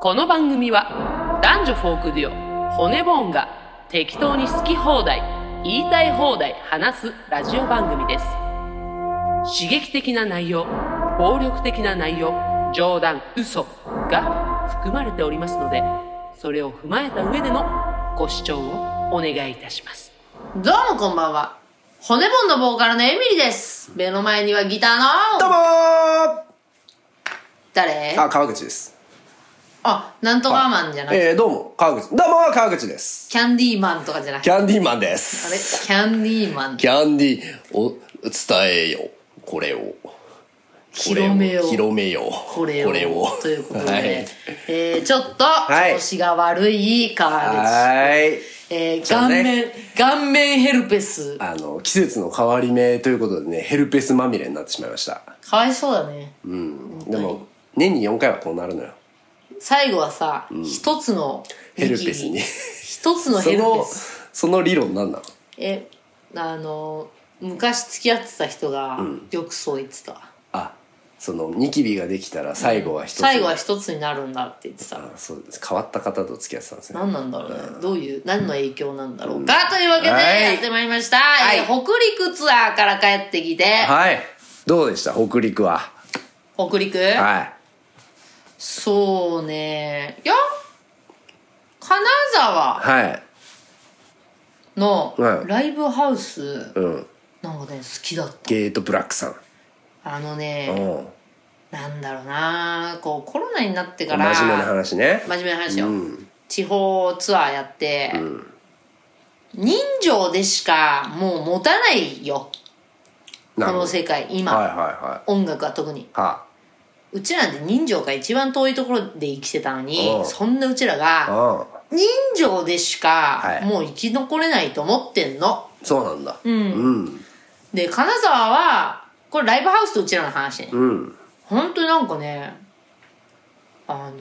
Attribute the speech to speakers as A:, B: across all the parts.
A: この番組は男女フォークデュオ骨ボーンが適当に好き放題言いたい放題話すラジオ番組です刺激的な内容暴力的な内容冗談嘘が含まれておりますのでそれを踏まえた上でのご視聴をお願いいたします
B: どうもこんばんは。骨盆のボーカルのエミリです。目の前にはギター
C: どう
B: の、
C: もー
B: 誰
C: あ、川口です。
B: あ、なんとかマンじゃなくて、
C: えー、どうも、川口。どうもー、川口です。
B: キャンディーマンとかじゃなくて、
C: キ
B: あ
C: ャンディーマンで
B: れ
C: す。
B: キャンディーマン。
C: キャンディーを伝えよう。これを。これ
B: 広めよう。
C: 広めよう。
B: これを。ということで、
C: はい。
B: えー、ちょっと、
C: はい
B: 調子が悪い川口。
C: はい。
B: えー、
C: ちょっ
B: 顔
C: と
B: 面、
C: ね
B: 顔面ヘルペス。
C: あの、季節の変わり目ということでね、ヘルペスまみれになってしまいました。
B: かわいそうだね。
C: うん。でも、年に4回はこうなるのよ。
B: 最後はさ、一、つのニ
C: ヘ
B: キビ、
C: ルペスに。
B: 一つの
C: そ
B: ヘルペ
C: の
B: ス。、
C: その理論なんなの
B: えあの昔付き合ってた人がよくそう言ってた、
C: あ、その、ニキビができたら最後は一つ。
B: 最後は一つになるんだって言ってた、
C: あそうです変わった方と付き合ってたんですね
B: 何なんだろうね、どういう何の影響なんだろうか、というわけで
C: はい
B: やってまいりました、
C: い
B: えー北陸ツアーから帰ってきて、
C: はいどうでした北陸は
B: 北陸、
C: は
B: そうねいや金
C: い
B: 沢
C: はい
B: の
C: はい
B: ライブハウス、
C: うん
B: なんかね好きだった
C: ゲートブラックさん
B: あの
C: うん
B: ね、なんだろうなこうコロナになってか
C: 真面
B: ら
C: 目な話ね
B: 真面目な話よ、
C: うん
B: 地方ツアーやって、人情でしかもう持たないよこ
C: なるほ
B: の
C: ど
B: 世界今、
C: はいはいは
B: 音楽は特に
C: いは
B: うちらなんて人情が一番遠いところで生きてたのに
C: うん
B: そんなうちら
C: あ
B: が
C: うん
B: 人情でしか
C: はい
B: もう生き残れないと思ってんの
C: そうなんだ
B: うん、
C: うん
B: で金沢はこれライブハウスとうちらの話ね
C: うん
B: 本当になんかねあの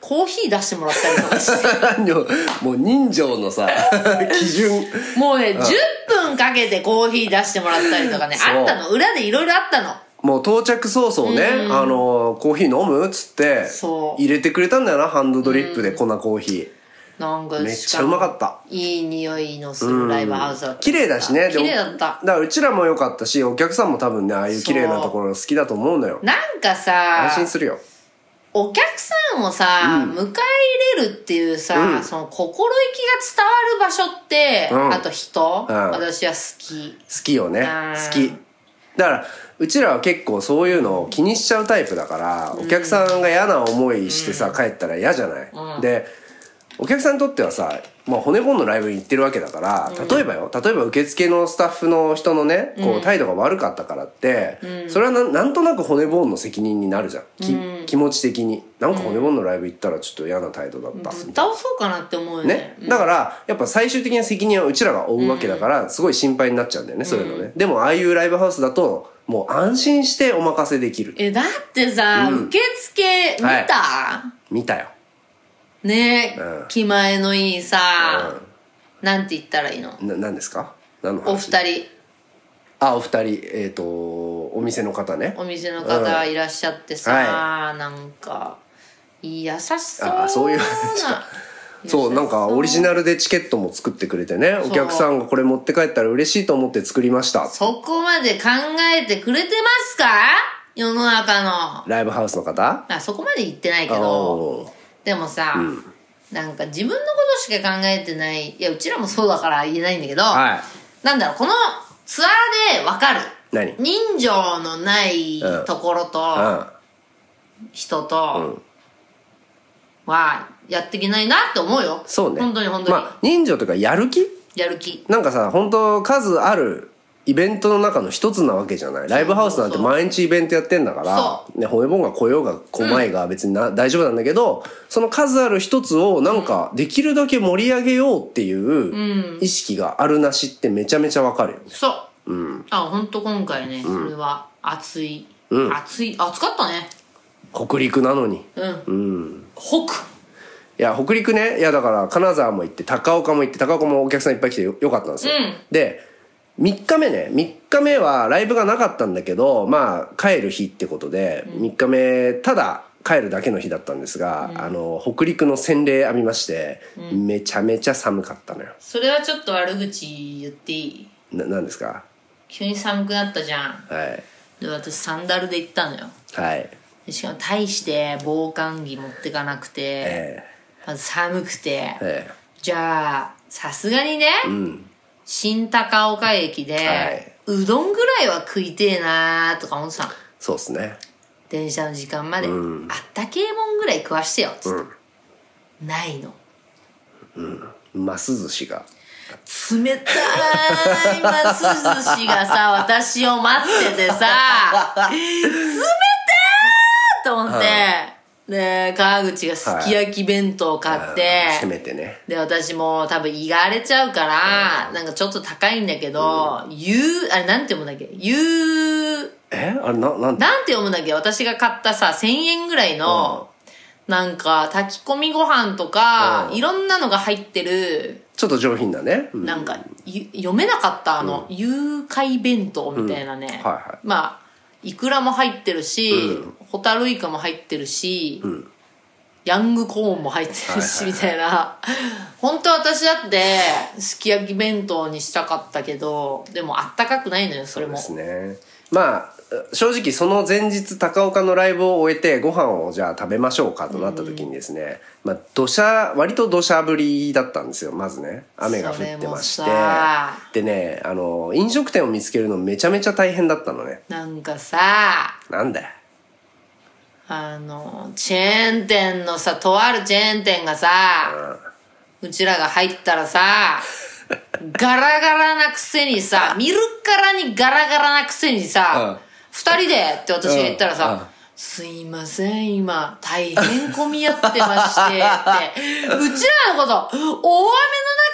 B: コーヒー出してもらったりとかして
C: 何をもう人情のさ 基準
B: もうね、10分かけてコーヒー出してもらったりとかね、
C: そう
B: あったの、裏でいろいろあったの。
C: もう到着早々ね、あのコーヒー飲むっつって
B: そう
C: 入れてくれたんだよなハンドドリップで粉コーヒ
B: なんか
C: ーめっちゃうまかった
B: いい匂いのするライブハウスだった。
C: 綺麗だしねで
B: 綺麗だった。
C: だからうちらも良かったしお客さんも多分ねああいう綺麗なところ好きだと思うのよ
B: なんかさ
C: 安、心するよ
B: お客さんをさ、迎え入れるっていう
C: う
B: さ、
C: ん
B: その心意気が伝わる場所って、
C: うん
B: あと人、
C: うん
B: 私は好き。
C: 好きよね
B: あー
C: 好きだからうちらは結構そういうのを気にしちゃうタイプだから、お客さんが嫌な思いしてさ、帰ったら嫌じゃない、でお客さんにとってはさ、まあ、骨ボンのライブに行ってるわけだから、例えばよ例えば受付のスタッフの人のねこう態度が悪かったからって、それはなんなんとなく骨ボンの責任になるじゃん、き気持ち的になんか骨ボンのライブ行ったらちょっと嫌な態度だった、
B: ぶっ倒そうかなって思うよね
C: ね。、だからやっぱ最終的な責任はうちらが負うわけだから、すごい心配になっちゃうんだよね、そういうのねでもああいうライブハウスだともう安心してお任せできる
B: え、だってさ、受付見た、
C: 見たよ
B: ね、
C: うん
B: 気前のいいさ、なんて言ったらいいの
C: な何ですか何の話
B: お二人
C: あお二人えっ、とお店の方ね
B: お店の方いらっしゃってさ、なんかいい優しそうな
C: あそういう 話かそうなんかオリジナ
B: ル
C: ルでチケットも作ってくれてねお客さんがこれ持って帰ったら嬉しいと思って作りました
B: そこまで考えてくれてますか世の中の
C: ライブハウスの方
B: あそこまで言ってないけ
C: あ
B: ど
C: ー
B: でもさ、なんか自分のことしか考えてないいやうちらもそうだから言えないんだけど、
C: はい
B: なんだろうこのツアーでわかる
C: 何
B: 人情のない
C: うん
B: ところと、
C: う
B: 人とはやっていけないなって思うよ
C: んそうね
B: 本当に本当に、
C: まあ人情というかやる気
B: やる気
C: なんかさ本当数あるイベントの中の一つなわけじゃないライブハウスなんて毎日イベントやってんだから
B: そ
C: ね骨盆が来ようが来まいが別にな、大丈夫なんだけどその数ある一つをなんかできるだけ盛り上げようっていう意識があるなしってめちゃめちゃわかるよね
B: そう、あ本当今回ねそれは熱い、熱い熱かったね
C: 北陸なのに
B: うん、北
C: いや北陸ねいやだから金沢も行って高岡も行って高岡もお客さんいっぱい来てよよかったんですよ、
B: うん
C: で3日目ね3日目はライブがなかったんだけどまあ帰る日ってことで3日目ただ帰るだけの日だったんですが、あの北陸の洗礼浴びまして、めちゃめちゃ寒かったのよ
B: それはちょっと悪口言っていい
C: ななんですか
B: 急に寒くなったじゃん
C: はい
B: で私サンダルで行ったのよ
C: はい
B: でしかも大して防寒着持ってかなくて、
C: え
B: まず寒くて、
C: ー、え
B: じゃあさすがにね、
C: ー、うん
B: 新高岡駅で、
C: は
B: うどんぐらいは食いてえなーとか思ってたの
C: そうですね
B: 電車の時間まで、
C: う
B: あったけえもんぐらい食わしてよっつって、ないの
C: ます寿司が
B: 冷たいます寿司が さ私を待っててさ冷たーと思って、で川口がすき焼き弁当買って、
C: せめてね
B: で、私も多分胃が荒れちゃうから、なんかちょっと高いんだけど、ゆう、あれなんて読むんだっけゆう、
C: えあれななんて
B: なんて読むんだっけ私が買ったさ、1000円ぐらいの、なんか炊き込みご飯とか、
C: うん
B: いろんなのが入ってる、
C: ちょっと上品だね、うん
B: なんか、ゆ読めなかったあの、誘拐弁当みたいなね。
C: うんはいはい
B: まあ、いくらも入ってるし、ホタルイカも入ってるし、ヤングコーンも入ってるし、みたいな。本当は私だって、すき焼き弁当にしたかったけど、でもあったかくないのよ、それも。
C: そうですねまあ正直その前日高岡のライブを終えてご飯をじゃあ食べましょうかとなった時にですね、まあ土砂割と土砂降りだったんですよまずね雨が降ってまし
B: それもさ
C: てでねあの飲食店を見つけるのめちゃめちゃ大変だったのね
B: なんかさ、
C: なんだよ
B: あの、チェーン店のさ、とあるチェーン店がさ、うちらが入ったらさ、 ガラガラなくせにさ、見るからにガラガラなくせに
C: うん
B: さ、二、人でって私が言ったらさ、
C: うんうん
B: すいません、今、大変混み合ってまして、っ て、うちらのこと、大雨の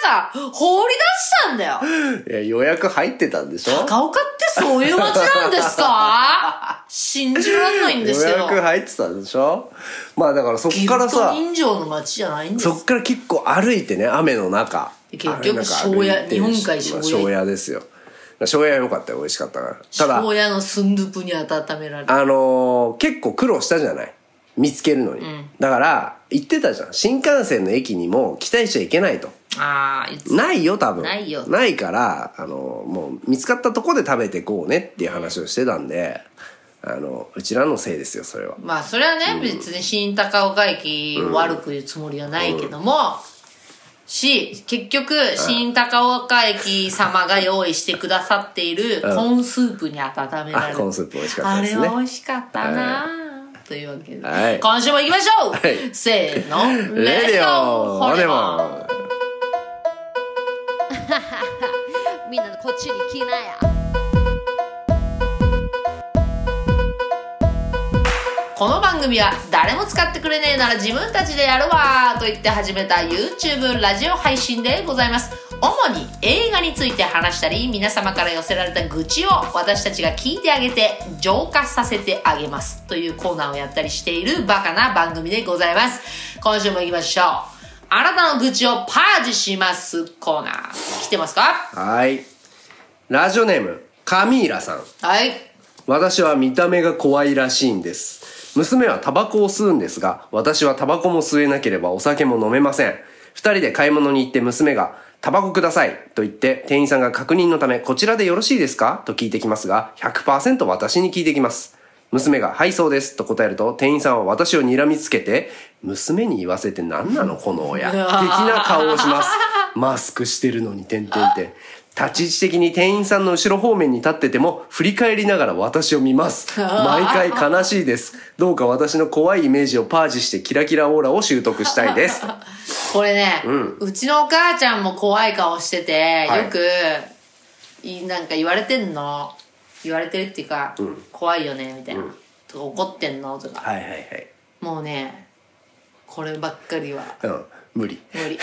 B: 中、放り出したんだ よ。
C: いや予約入ってたんでしょ
B: 高岡ってそういう街なんです か信じられないん
C: 予
B: ですけど。
C: 約入ってたんでしょまあだからそっからさ
B: ギルト人情の街じゃないんです
C: そっから結構歩いてね雨の中
B: 結局
C: 雨の中
B: 庄
C: 歩いて
B: 屋日本海
C: ま
B: 庄屋
C: あ庄屋ですよ庄屋良かったよ美味しかったからただ
B: 庄屋のスンドゥプに温められる
C: あのー結構苦労したじゃない見つけるのに、だから言ってたじゃん新幹線の駅にも期待しちゃいけないと
B: ああいつ
C: ないよ多分
B: ないよ
C: ないからあのーもう見つかったとこで食べてこうねっていう話をしてたんで、あのうちらのせいですよそれは
B: まあそれはね別に新高岡駅を悪く言うつもりはないけども、し結局新高岡駅様が用意してくださっているコーンスープに温めら
C: あ
B: れる、
C: コーンスープ美味しかった
B: あ
C: で
B: れ
C: すね
B: は美味しかったなあというわけで、
C: はい
B: 今週も行きましょう、
C: はい
B: せーの
C: レディ
B: ホ
C: オホ
B: レ
C: レ
B: モ
C: モ
B: ン
C: ン
D: みんなこっちに来なや
B: この番組は誰も使ってくれねえなら自分たちでやるわーと言って始めた YouTube ラジオ配信でございます主に映画について話したり皆様から寄せられた愚痴を私たちが聞いてあげて浄化させてあげますというコーナーをやったりしているバカな番組でございます今週も行きましょうあなたの愚痴をパージしますコーナー来てますか
C: はいラジオネームカミーラさん
B: はい
C: 私は見た目が怖いらしいんです。娘はタバコを吸うんですが、私はタバコも吸えなければお酒も飲めません。二人で買い物に行って娘が、タバコくださいと言って、店員さんが確認のため、こちらでよろしいですかと聞いてきますが、100%私に聞いてきます。娘が、はい、そうですと答えると、店員さんは私を睨みつけて、娘に言わせて何なのこの親。的な顔をし ます。マスクしてるのに、てんてんてん。立ち位置的に店員さんの後ろ方面に立ってても振り返りながら私を見 ます毎回悲しいですどうか私の怖いイメージをパージしてキラキラオーラを習得したい です
B: これね、うちのお母ちゃんも怖い顔してて、
C: はい
B: よくいなんか言われてんの言われてるっていうか、怖いよねみたいな、とか怒ってんのとか、
C: はいはいはい
B: もうねこればっかりは
C: うん無理
B: 無 理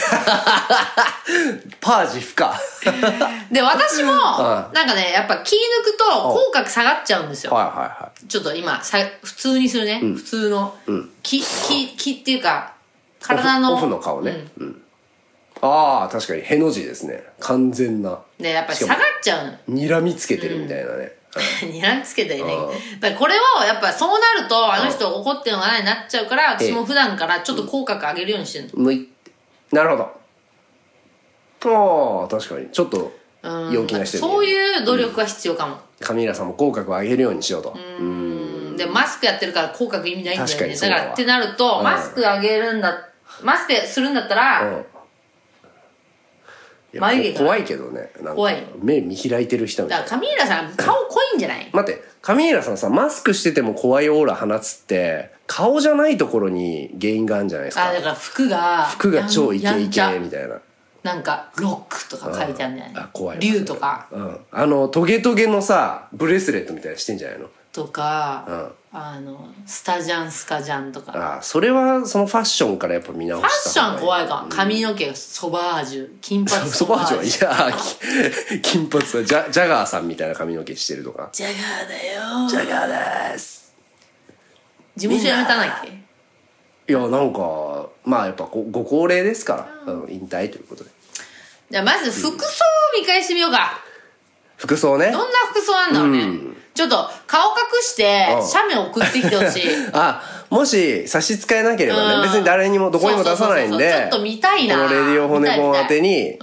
C: パージ不可
B: で私も
C: は
B: なんかねやっぱ気抜くと口角下がっちゃうんですよ、
C: はいは
B: ちょっと今さ普通にするね、普通の、気気気っていうか
C: いはい
B: 体の
C: オフオフの顔ね、うんああ確かにへの字ですね完全な
B: でやっぱ
C: し
B: 下が
C: かも
B: っちゃうの
C: 睨みつけてるみたいなね、
B: にらみつけたよね
C: う。
B: だからこれをやっぱそうなると、あの人怒ってんのかなになっちゃうから、
C: ええ
B: 私も普段からちょっと口角上げるようにしてるの。
C: むいなるほどああ確かにちょっと
B: うん
C: 陽気な人に見える
B: そういう努力は必要かも。
C: カミラさんも口角を上げるようにしようと
B: うんで、マスクやってるから口角意味ないんだ
C: 確
B: よ
C: か
B: ね。
C: に
B: だ
C: そ
B: か
C: うだわ
B: らってなると、
C: うん
B: マスク上げるんだ、マスクするんだったら、
C: うんいや
B: 眉毛が
C: こ怖いけどねなんか
B: 怖い
C: 目見開いてる人み
B: だ
C: たい
B: から
C: な
B: カミーラさん顔濃いんじゃない
C: 待ってカミーラさんさマスクしてても怖いオーラ放つって顔じゃないところに原因があるんじゃないですか
B: あ、だから服が、
C: 服が超イケ
B: やん
C: イ
B: やん
C: ケ
B: ちゃ
C: みたいな
B: なんか、ロックとか書いてあるんじゃない
C: あ怖いわ
B: 竜とか、
C: うん、あのトゲトゲのさブレスレットみたいなのしてんじゃないの
B: とか、あの、スタジャン、スカジャンとか。ファ
C: ああそれはそのファッションからやっぱ見直
B: ッ
C: し
B: シ
C: た
B: ョン怖い
C: か
B: か。髪の毛、ソバージュ、金髪
C: ソバージョはいやき 金髪はジャジャガーさんみたいな髪の毛してるとか
B: ジャガーだよ。
C: ジャガーです
B: 事務所辞めたんだっけ
C: いやなんかまあやっぱごご高齢ですから、うん、引退ということで
B: じゃあまず服装を見返してみようか。
C: 服装ね
B: どんな服装なんだろうね。
C: うん
B: ちょっと顔隠して
C: う、ん
B: 写メ送ってきてほしい。
C: あもし差し支えなければ
B: うん
C: ね別に誰にもどこにも出さないん
B: そうそうそうそうちょ
C: で
B: っと見たいな
C: このレディオ骨本宛てに
B: うん。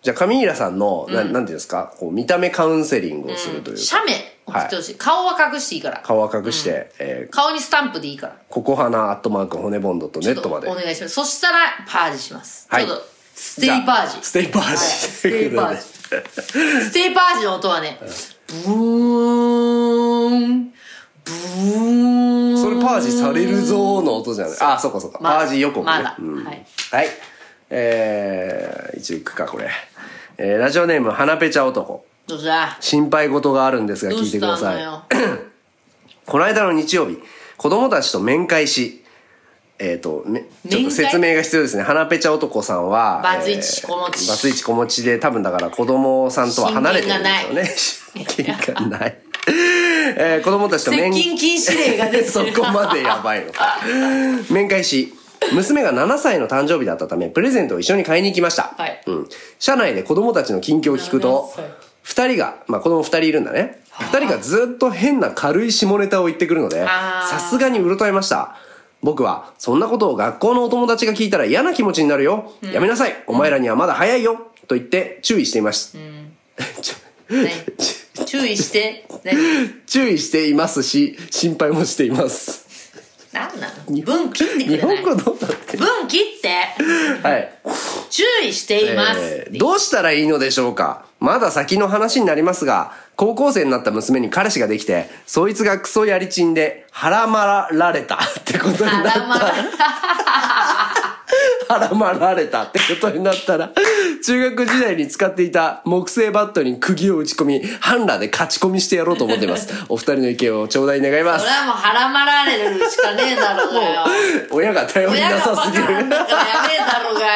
C: じゃあ、カミーラさんの、ななんていうんですか、こう、見た目カウンセリングをするというか、
B: 写メ送ってほしい。顔は隠していいから。
C: 顔は隠して、えー、
B: 顔にスタンプでいいから。
C: ココハナアットマーク骨ボンドとネットまで。
B: お願いします。そしたら、パージします。
C: はい
B: ちょっと、ステイパージ。
C: ステイパージ。
B: ステイパージ。ステイパージの音はね、ブーン、ブーン。
C: それパージされるぞーの音じゃない。あ、そうかそうか。
B: まだ
C: パージ予告ね。
B: まだ
C: うん
B: はい
C: はい。えー、一応行くか、これ。えー、ラジオネーム、はなぺちゃ男。
B: どうした
C: 心配事があるんですが、
B: どう
C: 聞いて
B: し
C: くだ
B: た
C: さ
B: の
C: い。
B: よ。
C: この間の日曜日、子供たちと面会し、えっ、と、めちょっと説明が必要ですね。はなぺちゃ男さんは、
B: バツイチ子持ち
C: バツイチ子持ちで、多分だから子供さんとは離れてるんですよね。
B: 親
C: 親権がない。えー子供たちと
B: 接近禁止令が出て
C: そ
B: る。
C: こまでやばいのか。面会し、娘が7歳の誕生日だったため、プレゼントを一緒に買いに行きました。
B: はい
C: うん。社内で子供たちの近況を聞くと
B: 7歳、
C: 二人が、まあ子供二人いるんだね。二人がずっと変な軽い下ネタを言ってくるので、
B: あー
C: さすがにうろたえました。僕は、そんなことを学校のお友達が聞いたら嫌な気持ちになるよ。やめなさい。お前らにはまだ早いよ。と言って注意していました。ちょ
B: ね注意して。何
C: 注意していますし、心配もしています。
B: 何なの文切ってく
C: 日
B: れな
C: 本
B: い
C: 語どうだって
B: 文切って
C: はい。
B: 注意しています、
C: えーどうしたらいいのでしょうかまだ先の話になりますが、高校生になった娘に彼氏ができて、そいつがクソやりちんで、腹まられた ってことになった。
B: 腹まら
C: 腹まられたってことになったら、中学時代に使っていた木製バットに釘を打ち込み、ハンラーで勝ち込みしてやろうと思っています。 お二人の意見を頂戴願いま
B: そ
C: す
B: れ。はもう腹まられるしかねえだろうが よ
C: 親が頼り
B: 親
C: な
B: が
C: さ
B: バカ
C: すぎ
B: な
C: る
B: ん。だからやべえだろうがよ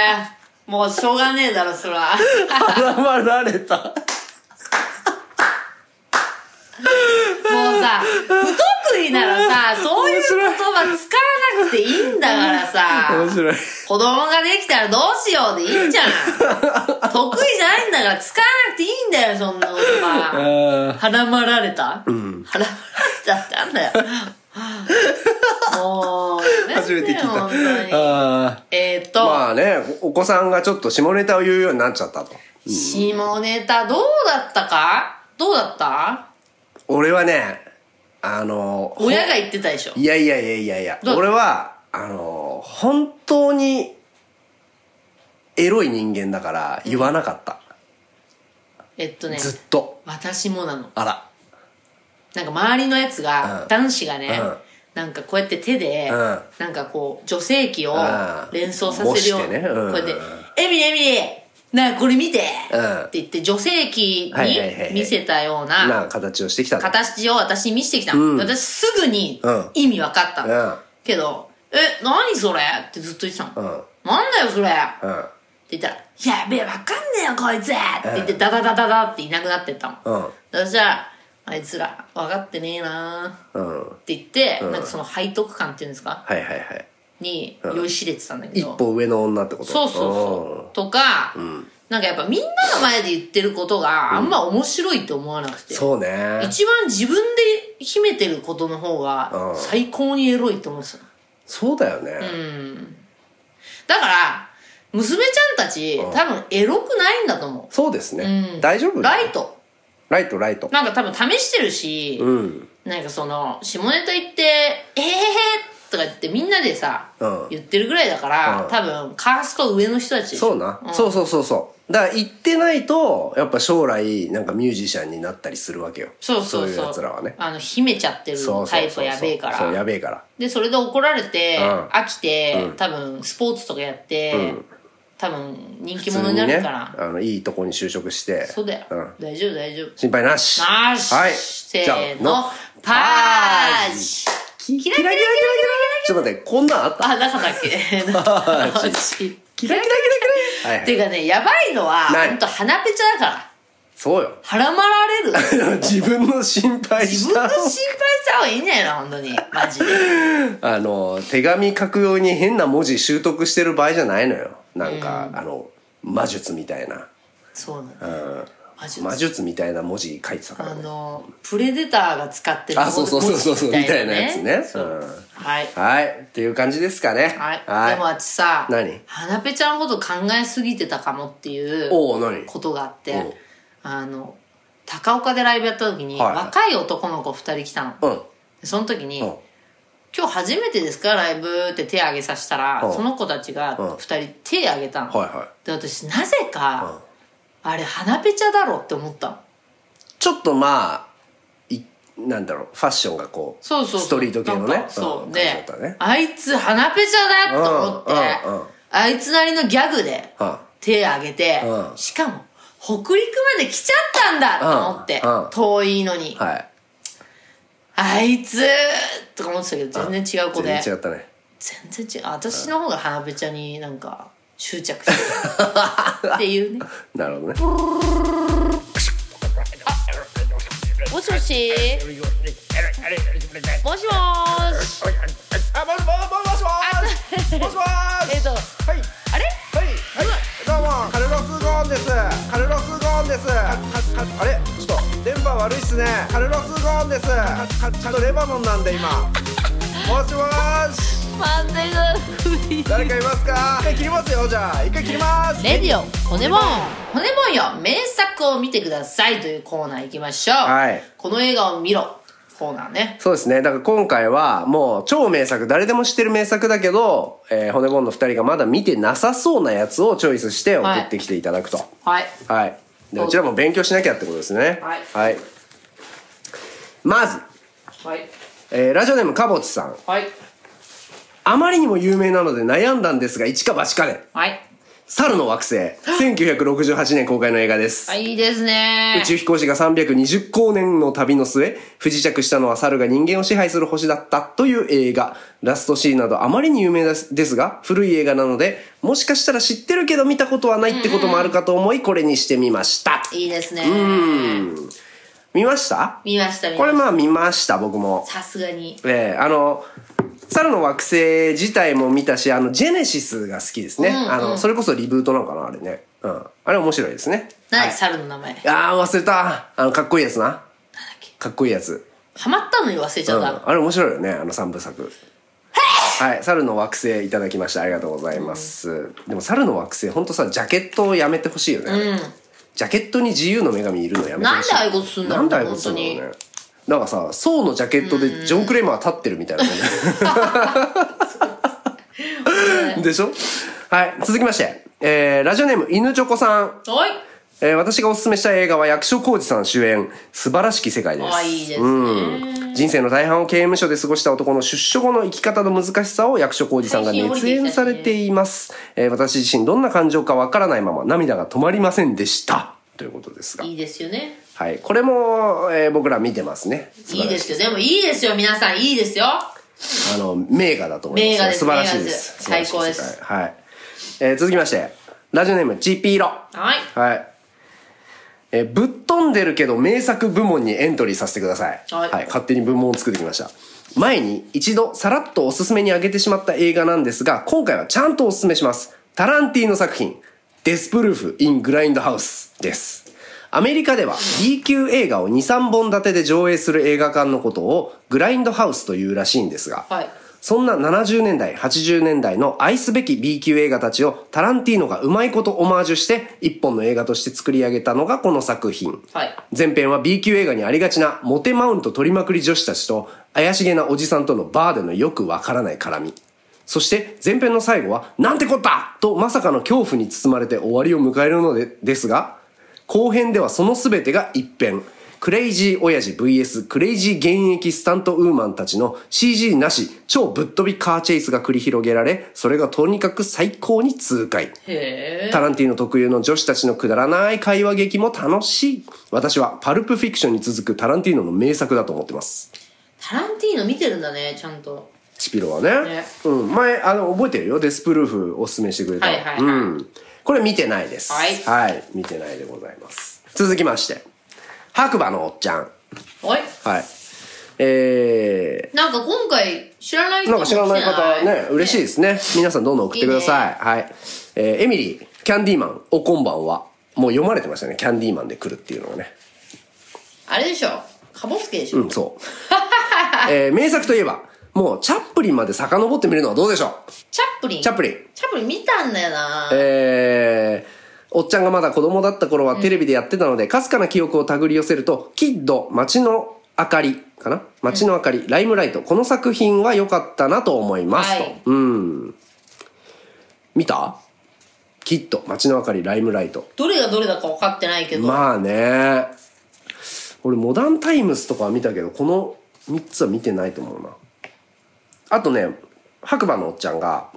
B: もうしょうがねえだろそれは
C: 腹まられた。
B: もうさ不得意ならさそういう言葉使わなくていいんだから
C: 面
B: さ
C: 白い。
B: 子供ができたらどうしようでいいじ ゃん得意じゃないんだから使わなくていいんだよそんな言葉
C: あ
B: 腹まられたうん。腹まられたってなん だよ。もう、
C: ー初めて聞い
B: 本当
C: た。
B: に。
C: あー
B: えーっと、
C: まあねおお子さんがちょっと下ネタを言うようになっちゃったと
B: 下ネタどうだったかどうだった
C: 俺はねあのほ
B: 親が言ってたでしょ。
C: いやいやいやいやいや
B: どう
C: 俺はあの本当にエロい人間だから言わなかった、
B: えっとね、
C: ずっと
B: 私もなの。
C: あら
B: なんか周りのやつが、
C: うん
B: 男子がね、
C: うん
B: なんかこうやって手で、
C: うん
B: なんかこう、女性器を
C: うん
B: 連想させるよう
C: 模してね
B: な、
C: うん
B: こうやって、エミリエミリなあこれ見て、
C: うん
B: って言って女性器
C: はいはいはいは
B: に
C: い
B: 見せたような、
C: な形をしてきたの
B: 形を私に見せてきたの、
C: うん
B: 私すぐに
C: うん
B: 意味分かった
C: う
B: の、
C: ん
B: けど「え何それ?」ってずっと言ってたの「
C: うん
B: なんだよそれ!」っ
C: うん
B: て言ったら「やべえ分かんねえよこいつ!」って言ってダダダダダっていなくなってったの、
C: うん
B: 私は「あいつら分かってねえな」
C: うん
B: って言って、
C: ん
B: なんかその背徳感っていうんですか
C: はいはいはい
B: に
C: うん
B: 酔いしれてたんだけ
C: 一
B: ど、
C: 歩上の女ってこと
B: そうそうそうとか、なんかやっぱみんなの前で言ってることがあんま面白いと思わなくて。
C: そうね
B: 一番自分で秘めてることの方が
C: うん
B: 最高にエロいと思うんですよ。
C: そうだよね、
B: だから、娘ちゃんたち
C: うん
B: 多分エロくないんだと思
C: そうですね、
B: うん
C: 大丈夫
B: う。ライト。
C: ライトライト
B: なんか多分試してるし、
C: うん
B: なんかその、下ネタ言って、えへへへとか言ってみんなでさ、
C: うん
B: 言ってるぐらいだから、
C: うん
B: 多分カースト上の人たち。
C: そうな、
B: ん
C: そうそうそうそうだから行ってないとやっぱ将来なんかミュージシャンになったりするわけよ
B: そうそうそう。
C: いうやつらはね
B: あの、秘めちゃってる
C: そう
B: タ
C: そう
B: イプ
C: そうそう
B: はやべえから。
C: そうやべえから
B: で、それで怒られて、
C: うん
B: 飽きて、
C: ん
B: 多分スポーツとかやって、
C: ん
B: 多分人気
C: 普
B: 者
C: 通
B: に
C: に
B: な
C: ね
B: るから。
C: あのいいとこに就職して
B: そうだよ。
C: うん
B: 大丈夫大丈夫。
C: 心配なし
B: なし、
C: はい
B: せ
C: じゃあ
B: ー
C: の
B: の、パージ
C: キラキラキラキラキラちょっと待ってこんなんあった
B: あ、なかったっけ
C: パー
B: ジ
C: キラキラキラキラはい、
B: っ
C: は
B: て
C: い、
B: いうかね、やばいのは、
C: ない
B: ほんと鼻ペチャだから。
C: そうよ
B: 腹まられる。
C: 自分の心配
B: 自
C: し
B: 分の
C: た
B: 心配した方がいいんじゃないの本当に。マジで。
C: あの手紙書くように変な文字習得してる場合じゃないのよなんか、あの魔術みたいな、
B: そうな
C: う
B: の。
C: ん、
B: マジで
C: 魔術みたいな文字書いてたから
B: あ
C: ね
B: の、プレデターが使ってる
C: あそうそうそうそうそうみたいなやつね
B: そう
C: うん
B: はい。
C: はいっていう感じですかね
B: はい。でもあっちさ、
C: 何
B: 花ペちゃんのこと考えすぎてたかもっていう
C: おお何
B: ことがあっ
C: お
B: て
C: う、
B: あの、高岡でライブやった時に、
C: はいはい
B: 若い男の子二人来たの。
C: うん
B: でその時に、
C: うん
B: 今日初めてですかライブって手挙げさせたら、
C: うん
B: その子たちが
C: うん
B: 2人手挙げたの、
C: はいは
B: で私なぜ
C: い、うん
B: か、、あれ鼻ペチャだろって思ったの
C: ちょっとまあいなんだろうファッションがこう
B: そうそうそう
C: ストリート系
B: な
C: の
B: ん
C: ね
B: かそう、
C: ん
B: で
C: 感じだったね
B: あいつ鼻ペチャだと思って、
C: うんうんうん
B: あいつなりのギャグで
C: うん
B: 手挙げて、
C: うん
B: しかも北陸まで来ちゃったんだと思って、
C: うんうん
B: 遠いのに、
C: はい
B: あいつとか思ってたけど全然違う子で
C: 全然違ったね
B: 全然違う私の方が花べちゃになんか執着 してるっていうね
C: なるほどね
D: もしもしもしもーし
E: あ、もしもしもしもしもしもしも
D: えっと
E: はい
D: あれ
E: はいはいどうもカルロス・ゴーンですカルロス・ゴーンですかかかあれちょっと電波悪いっすねカルロス・ゴーンですかかちゃんとレバノンなんで今もしもし
D: 漫才が古い
E: 誰かいますか一回切りますよじゃあ一回切ります
B: レディオ骨もん骨もんよ名作を見てくださいというコーナー行きましょう、
C: はい
B: この映画を見ろコーナーね
C: そうですね。だから今回はもう超名作、誰でも知ってる名作だけど、えー骨ボンの二人がまだ見てなさそうなやつをチョイスして送ってきていただくと。は
B: はい
C: い。で、うちらも勉強しなきゃってことですね。
B: はい
C: まず、
B: はい
C: えーラジオネームかぼちさん。
B: はい
C: あまりにも有名なので悩んだんですが、一か八かで。
B: はい
C: 猿の惑星。1968年公開の映画です。
B: あいいですね
C: 宇宙飛行士が320光年の旅の末、不時着したのは猿が人間を支配する星だったという映画。ラストシーンなどあまりに有名ですですが、古い映画なので、もしかしたら知ってるけど見たことはないってこともあるかと思い、これにしてみました。
B: いいですね
C: うん。見ました
B: 見ました見
C: これ
B: まし
C: まあ見ました、僕も
B: た。さすがに
C: ええあの、猿の惑星自体も見たし、あの、ジェネシスが好きですね。
B: うんうん
C: あの、それこそリブートなのかな、あれね。うん。あれ面白いですね。
B: 何、
C: はい
B: 猿の名前なんだっ
C: あー忘れたあのかっこいいやつな
B: け
C: かっこいいやつ、
B: ハマったのに忘れち
C: う
B: ゃっ
C: ん、
B: た、
C: あれ面白いよねあの三部作はい猿の惑星いただきましたありがとうございますでも猿の惑星ほんとさジャケットをやめてほしいよね、ジャケットに自由の女神いるのやめてほしい
B: なんでああいうことすんだろうね
C: なんでああいうことすんだろうね
B: 本
C: なんかさ層のジャケットでジョン・クレーマー立ってるみたい な感じでしょはい続きまして、えー、ラジオネーム犬チョコさん
B: はい
C: えー私がおすすめしたい映画は役所広司さん主演「素晴らしき世界」です
B: あいいですね
C: うん、人生の大半を刑務所で過ごした男の出所後の生き方の難しさを役所広司さんが熱演されています、えー私自身どんな感情かわからないまま涙が止まりませんでしたということですが
B: いいですよね
C: はいこれも、えー僕ら見てますね素
B: い
C: 晴
B: い
C: らし
B: ですよでもいいですよ皆さんいいですよ
C: あの名画だと思い
B: 名
C: ます、
B: 画です
C: 素晴らしいです
B: 名画です
C: 素晴らしい
B: 最高
C: 世界はい、えー続きましてラジオネームチピーロ
B: はい
C: はい。えーぶっ飛んでるけど名作部門にエントリーさせてください。
B: はい
C: 勝手に部門を作ってきました。前に一度さらっとおすすめに挙げてしまった映画なんですが、今回はちゃんとおすすめします。タランティーノ作品、デスプルーフ in グラインドハウスです。アメリカでは B 級映画を2、3本立てで上映する映画館のことをグラインドハウスというらしいんですが、
B: はい
C: そんな70年代、80年代の愛すべき B 級映画たちをタランティーノがうまいことオマージュして一本の映画として作り上げたのがこの作品。
B: はい
C: 前編は B 級映画にありがちなモテマウント取りまくり女子たちと怪しげなおじさんとのバーでのよくわからない絡み。そして前編の最後はなんてこったとまさかの恐怖に包まれて終わりを迎えるのでですが、後編ではその全てが一変。クレイジー親父 VS クレイジー現役スタントウーマンたちの CG なし超ぶっ飛びカーチェイスが繰り広げられ、それがとにかく最高に痛快。
B: へえ
C: タランティーノ特有の女子たちのくだらない会話劇も楽しい。私はパルプフィクションに続くタランティーノの名作だと思ってます。
B: タランティーノ見てるんだねちゃんと
C: チピロはね。
B: ね
C: うん。前、あの、覚えてるよ。デスプルーフおすすめしてくれた。
B: はいはいはい
C: うん。これ見てないです。
B: はい
C: はい。見てないでございます。続きまして。白馬のおっちゃん。
B: おい
C: はい。え
B: なんか今回知らない
C: ー、
B: 人
C: な
B: も
C: んか知らない方ね、嬉しいですすね。皆さんどんどん送ってくだ
B: いい
C: さい。
B: ね
C: はい。えー、エミリー、キャンディーマン、おこんばんは。もう読まれてましたね。キャンディーマンで来るっていうのがね。
B: あれでしょカボスケでしょ、
C: うん、そう。 えー名作といえば、もうチャップリンまで遡ってみるのはどうでしょ
B: チャップリン
C: うチャップリン。
B: チャップリン見たんだよな、
C: えーおっちゃんがまだ子供だった頃はテレビでやってたので、かすかな記憶を手繰り寄せると、キッド、街の明かり、かな街の明かり、ライムライト。この作品は良かったなと思います。
B: はい
C: と。うん。見たキッド、街の明かり、ライムライト。
B: どれがどれだか分かってないけど、
C: まあね。俺、モダンタイムスとかは見たけど、この3つは見てないと思うな。あとね、白馬のおっちゃんが、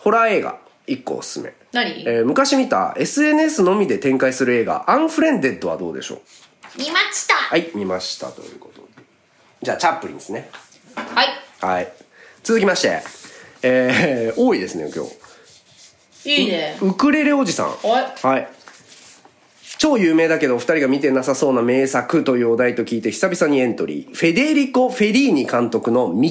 C: ホラー映画、1個おすすめ。
B: 何、
C: えー昔見た SNS のみで展開する映画、アンフレンデッドはどうでしょう
B: 見ましたは
C: はい、見ましたということで。じゃあ、チャップリンですね。
B: い
C: はい。続きまして、えー、多いですね、今日。
B: いいね
C: ウクレレおじさん。
B: おい
C: はい。超有名だけどお二人が見てなさそうな名作というお題と聞いて久々にエントリー。フェデリコ・フェリーニ監督の道。
B: 道
C: 道。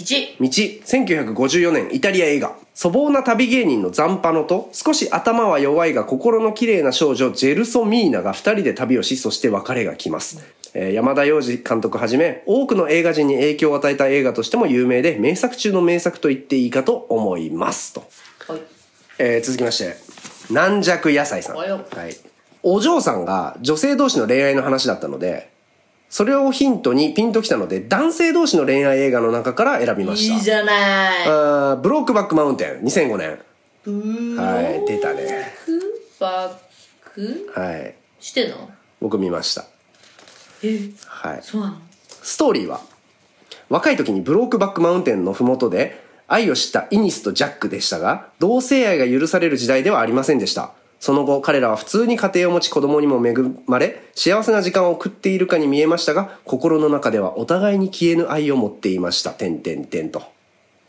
C: 1954年イタリア映画。粗暴な旅芸人のザンパノと少し頭は弱いが心の綺麗な少女ジェルソミーナが二人で旅をし、そして別れが来ます。えー山田洋次監督はじめ多くの映画人に影響を与えた映画としても有名で名作中の名作と言っていいかと思います。と。
B: おい
C: えー続きまして軟弱野菜さん、
B: おは
C: は
B: よ
C: い、お嬢さんが女性同士の恋愛の話だったのでそれをヒントにピンときたので男性同士の恋愛映画の中から選びました
B: いいじゃない
C: あーブロークバックマウンテン2005年
B: ブー
C: はい出たね
B: クバック
C: はい
B: してんの
C: 僕見ました
B: え
C: はい
B: そうなの
C: ストーリーは若い時にブロークバックマウンテンの麓で愛を知ったイニスとジャックでしたが同性愛が許される時代ではありませんでしたその後彼らは普通に家庭を持ち子供にも恵まれ幸せな時間を送っているかに見えましたが心の中ではお互いに消えぬ愛を持っていました点々点と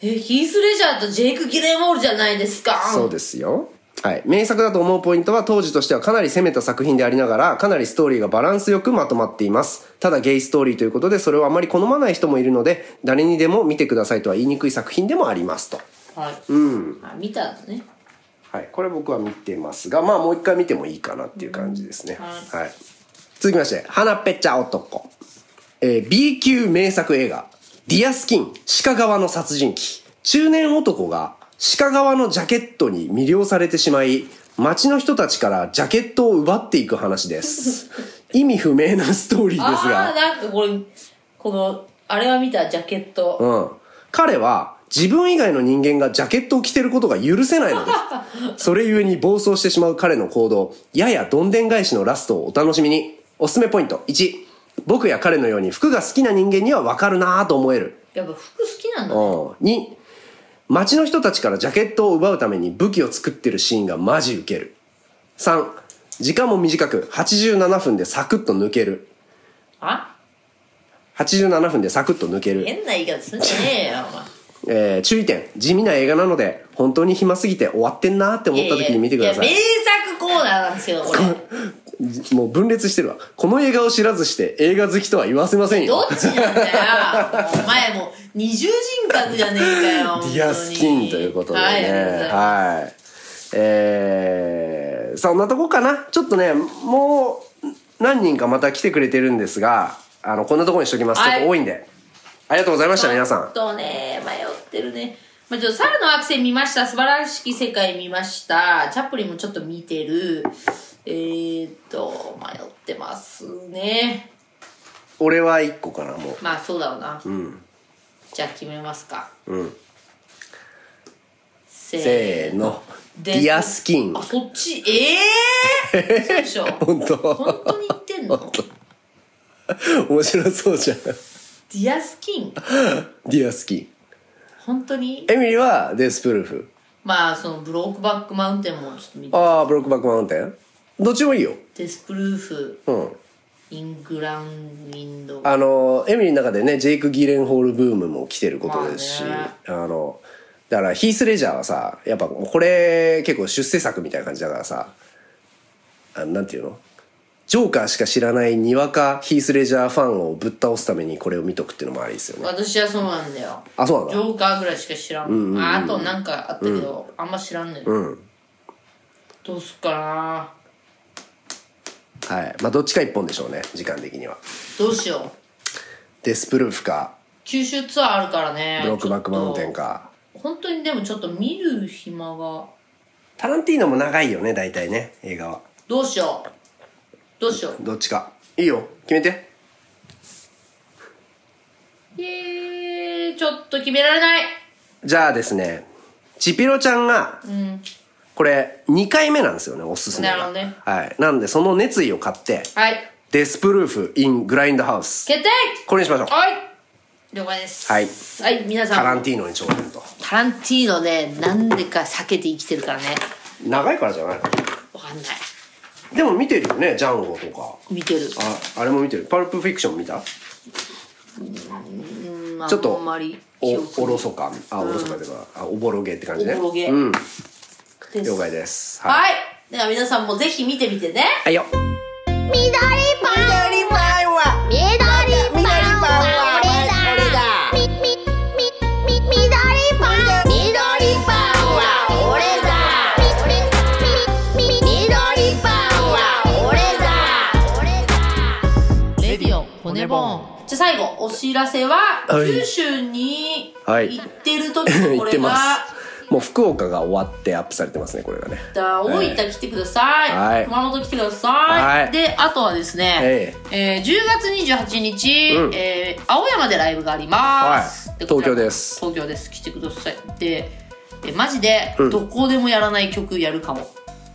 B: えヒース・レジャーとジェイク・ギレン・ウォールじゃないですか
C: そうですよ。はい。名作だと思うポイントは当時としてはかなり攻めた作品でありながら、かなりストーリーがバランスよくまとまっています。ただゲイストーリーということで、それをあまり好まない人もいるので、誰にでも見てくださいとは言いにくい作品でもありますと。
B: はい、
C: うん。
B: あ見たのね
C: はい。これ僕は見てますが、まあもう一回見てもいいかなっていう感じですね。
B: は
C: はい。続きまして、花ぺちゃ男。えー B 級名作映画、ディアスキン、鹿川の殺人鬼。中年男が鹿川のジャケットに魅了されてしまい、街の人たちからジャケットを奪っていく話です。 意味不明なストーリーですが。
B: ああーなんかこれこのあれは見たジャケット、
C: うん。彼は自分以外の人間がジャケットを着てることが許せないのです。それゆえに暴走してしまう彼の行動、ややどんでん返しのラストをお楽しみに。おすすめポイント1。僕や彼のように服が好きな人間にはわかるなぁと思える。
B: やっぱ服好きなん
C: う
B: だ
C: ん。2。街の人たちからジャケットを奪うために武器を作ってるシーンがマジウケる。3。時間も短く87分でサクッと抜ける。
B: あ
C: 87分でサクッと抜ける。
B: 変な言い方すんじゃねえよ
C: えー注意点地味な映画なので本当に暇すぎて終わってんなーって
B: お
C: 思
B: 前
C: った時に見てください
B: や名作コーナーなんですけどこれ
C: もう分裂してるわこの映画を知らずして映画好きとは言わせません
B: ど
C: よ
B: っちなんだよもうお前もう二重人格じゃねえかよ
C: ディアスキンということでね
B: はいありがとうございます
C: はいええーそんなとこかなちょっとねもう何人かまた来てくれてるんですがあのこんなとこにしときます、
B: はい
C: ちょっと多いんでありがとうございました皆さ
B: ちょっ
C: ん
B: とね、迷ってるね。まあ、ちょっと猿の惑星見ました。素晴らしき世界見ました。チャップリンもちょっと見てる。えー、っと、迷ってますね。
C: 俺は1個かなも
B: まあ、そうだろうな。
C: ううん
B: じゃあ決めますか。
C: うん
B: せ
C: せ
B: ー
C: ー
B: の。
C: のデ
B: で
C: ィアスキン
B: あ、そっち、ええー、そうでしょ。
C: 本当
B: 本当に言ってんの
C: 面白そうじゃんデ
B: ディアスキン
C: ィアスキン
B: 本当に
C: エミリーはデスプルーフ
B: まあ、そのブロークバックマウンテンもちょっと見て。
C: ああブロックバックマウンテンどっちもいいよ
B: デスプルーフ、
C: うん
B: イングランウィンド。
C: あのエミリーの中でねジェイク・ギレンホールブームも来てることですし、
B: ま
C: あのだからヒース・レジャーはさやっぱこれ結構出世作みたいな感じだからさあのなんていうのジョーカーしか知らないにわかヒース・レジャーファンをぶっ倒すためにこれを見とくっていうのもありですよね
B: 私はそうなんだよ。
C: あそう
B: ジ
C: なんだ
B: ョーカーぐらいしか知らん,、ああとなんかあったけど、あんま知らんねん、
C: うん
B: どうすっかな
C: はいまあどっちか一本でしょうね時間的には
B: どうしよう
C: デスプルーフか
B: 九州ツアーあるからね
C: ブロックバックマウンテンか
B: ちょっと本当にでもちょっと見る暇が
C: タランティーノも長いよね大体ね映画は
B: どうしようどうしよう
C: どっちかいいよ決めて
B: えー、ちょっと決められない
C: じゃあですねチピロちゃんが
B: うん
C: これ2回目なんですよねおすすめが
B: なるほどね
C: はい、なんでその熱意を買って
B: はい
C: デスプルーフ・イン・グラインドハウス
B: 決定
C: これにしましょう
B: はい了解です
C: はい
B: はい皆さん
C: タランティーノに挑戦と
B: タランティーノねなんでか避けて生きてるからね
C: 長いからじゃない
B: わかんない
C: でも見てるよねジャンゴとか
B: 見てる
C: ああれも見てるパルプフィクション見た
B: まあ
C: ちょっと
B: あんまり記
C: お
B: 憶
C: おろそかあおろそかというか、あおぼろげって感じね
B: おぼろげ
C: うん
B: です
C: 了解ですい、
B: はい。では皆さんもぜひ見てみてね。
C: はい、よ
F: 緑パンは緑パンは俺だみみみみ緑パン緑パンは俺だみみみみ緑パンは俺だ俺だ
B: レディオ骨ボーン。じゃあ最後お知らせは、
C: はい
B: 九州に
C: はい
B: 行ってる時 のこ
C: 言っ
B: れ
C: て
B: が、
C: ますもう福岡が終わってアップされてますねこれがね
B: だ大分来てください、
C: はい
B: 熊本来てください、
C: はい
B: であとはですね
C: え、
B: えー10月28日、
C: うん
B: えー青山でライブがあります、
C: はい
B: こちら
C: 東京です
B: 東京です来てくださいでえマジで、
C: うん
B: どこでもやらない曲やるかも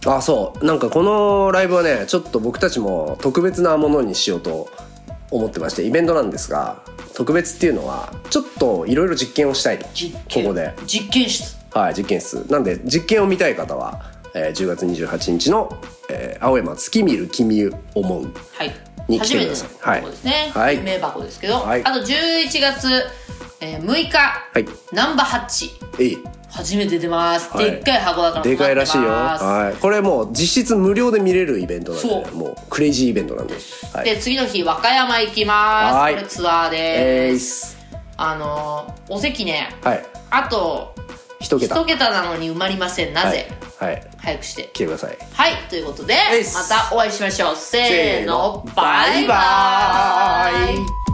C: あそうなんかこのライブはねちょっと僕たちも特別なものにしようと思ってましてイベントなんですが特別っていうのはちょっといろいろ実験をしたいと
B: 実験
C: ここで
B: 実験室
C: はい実験室なんで実験を見たい方は、えー10月28日の、えー青山月見る君思う
B: はい。
C: に来
B: 初
C: て
B: め
C: く
B: て
C: だ
B: の
C: さいはい
B: 箱ですね。
C: はい
B: 名箱ですけど。
C: はい
B: あと11月、えー6日、
C: はい
B: ナンバーハッチ。
C: えい
B: 初めて出ます。
C: はい
B: でっかい箱だから。
C: でかいらしいよ、
B: 待ってま
C: はい、これもう実質無料で見れるイベントなんで、
B: そう
C: もうクレイジーイベントなんで、
B: す
C: はい、
B: で、次の日、和歌山行きます。
C: はい
B: これツアーで
C: えーいっ
B: す。
C: す
B: あのー、お席ね、
C: はい
B: あと、
C: 一桁
B: 一桁なのに埋まりません。なぜ、
C: はい、はい、
B: 早くして。
C: 来てください
B: はい、ということで、
C: えいっす
B: またお会いしましょう。せーの、
C: バ
B: バ
C: イ
B: イ
C: バ
B: バ
C: ー
B: ー
C: イ
B: イ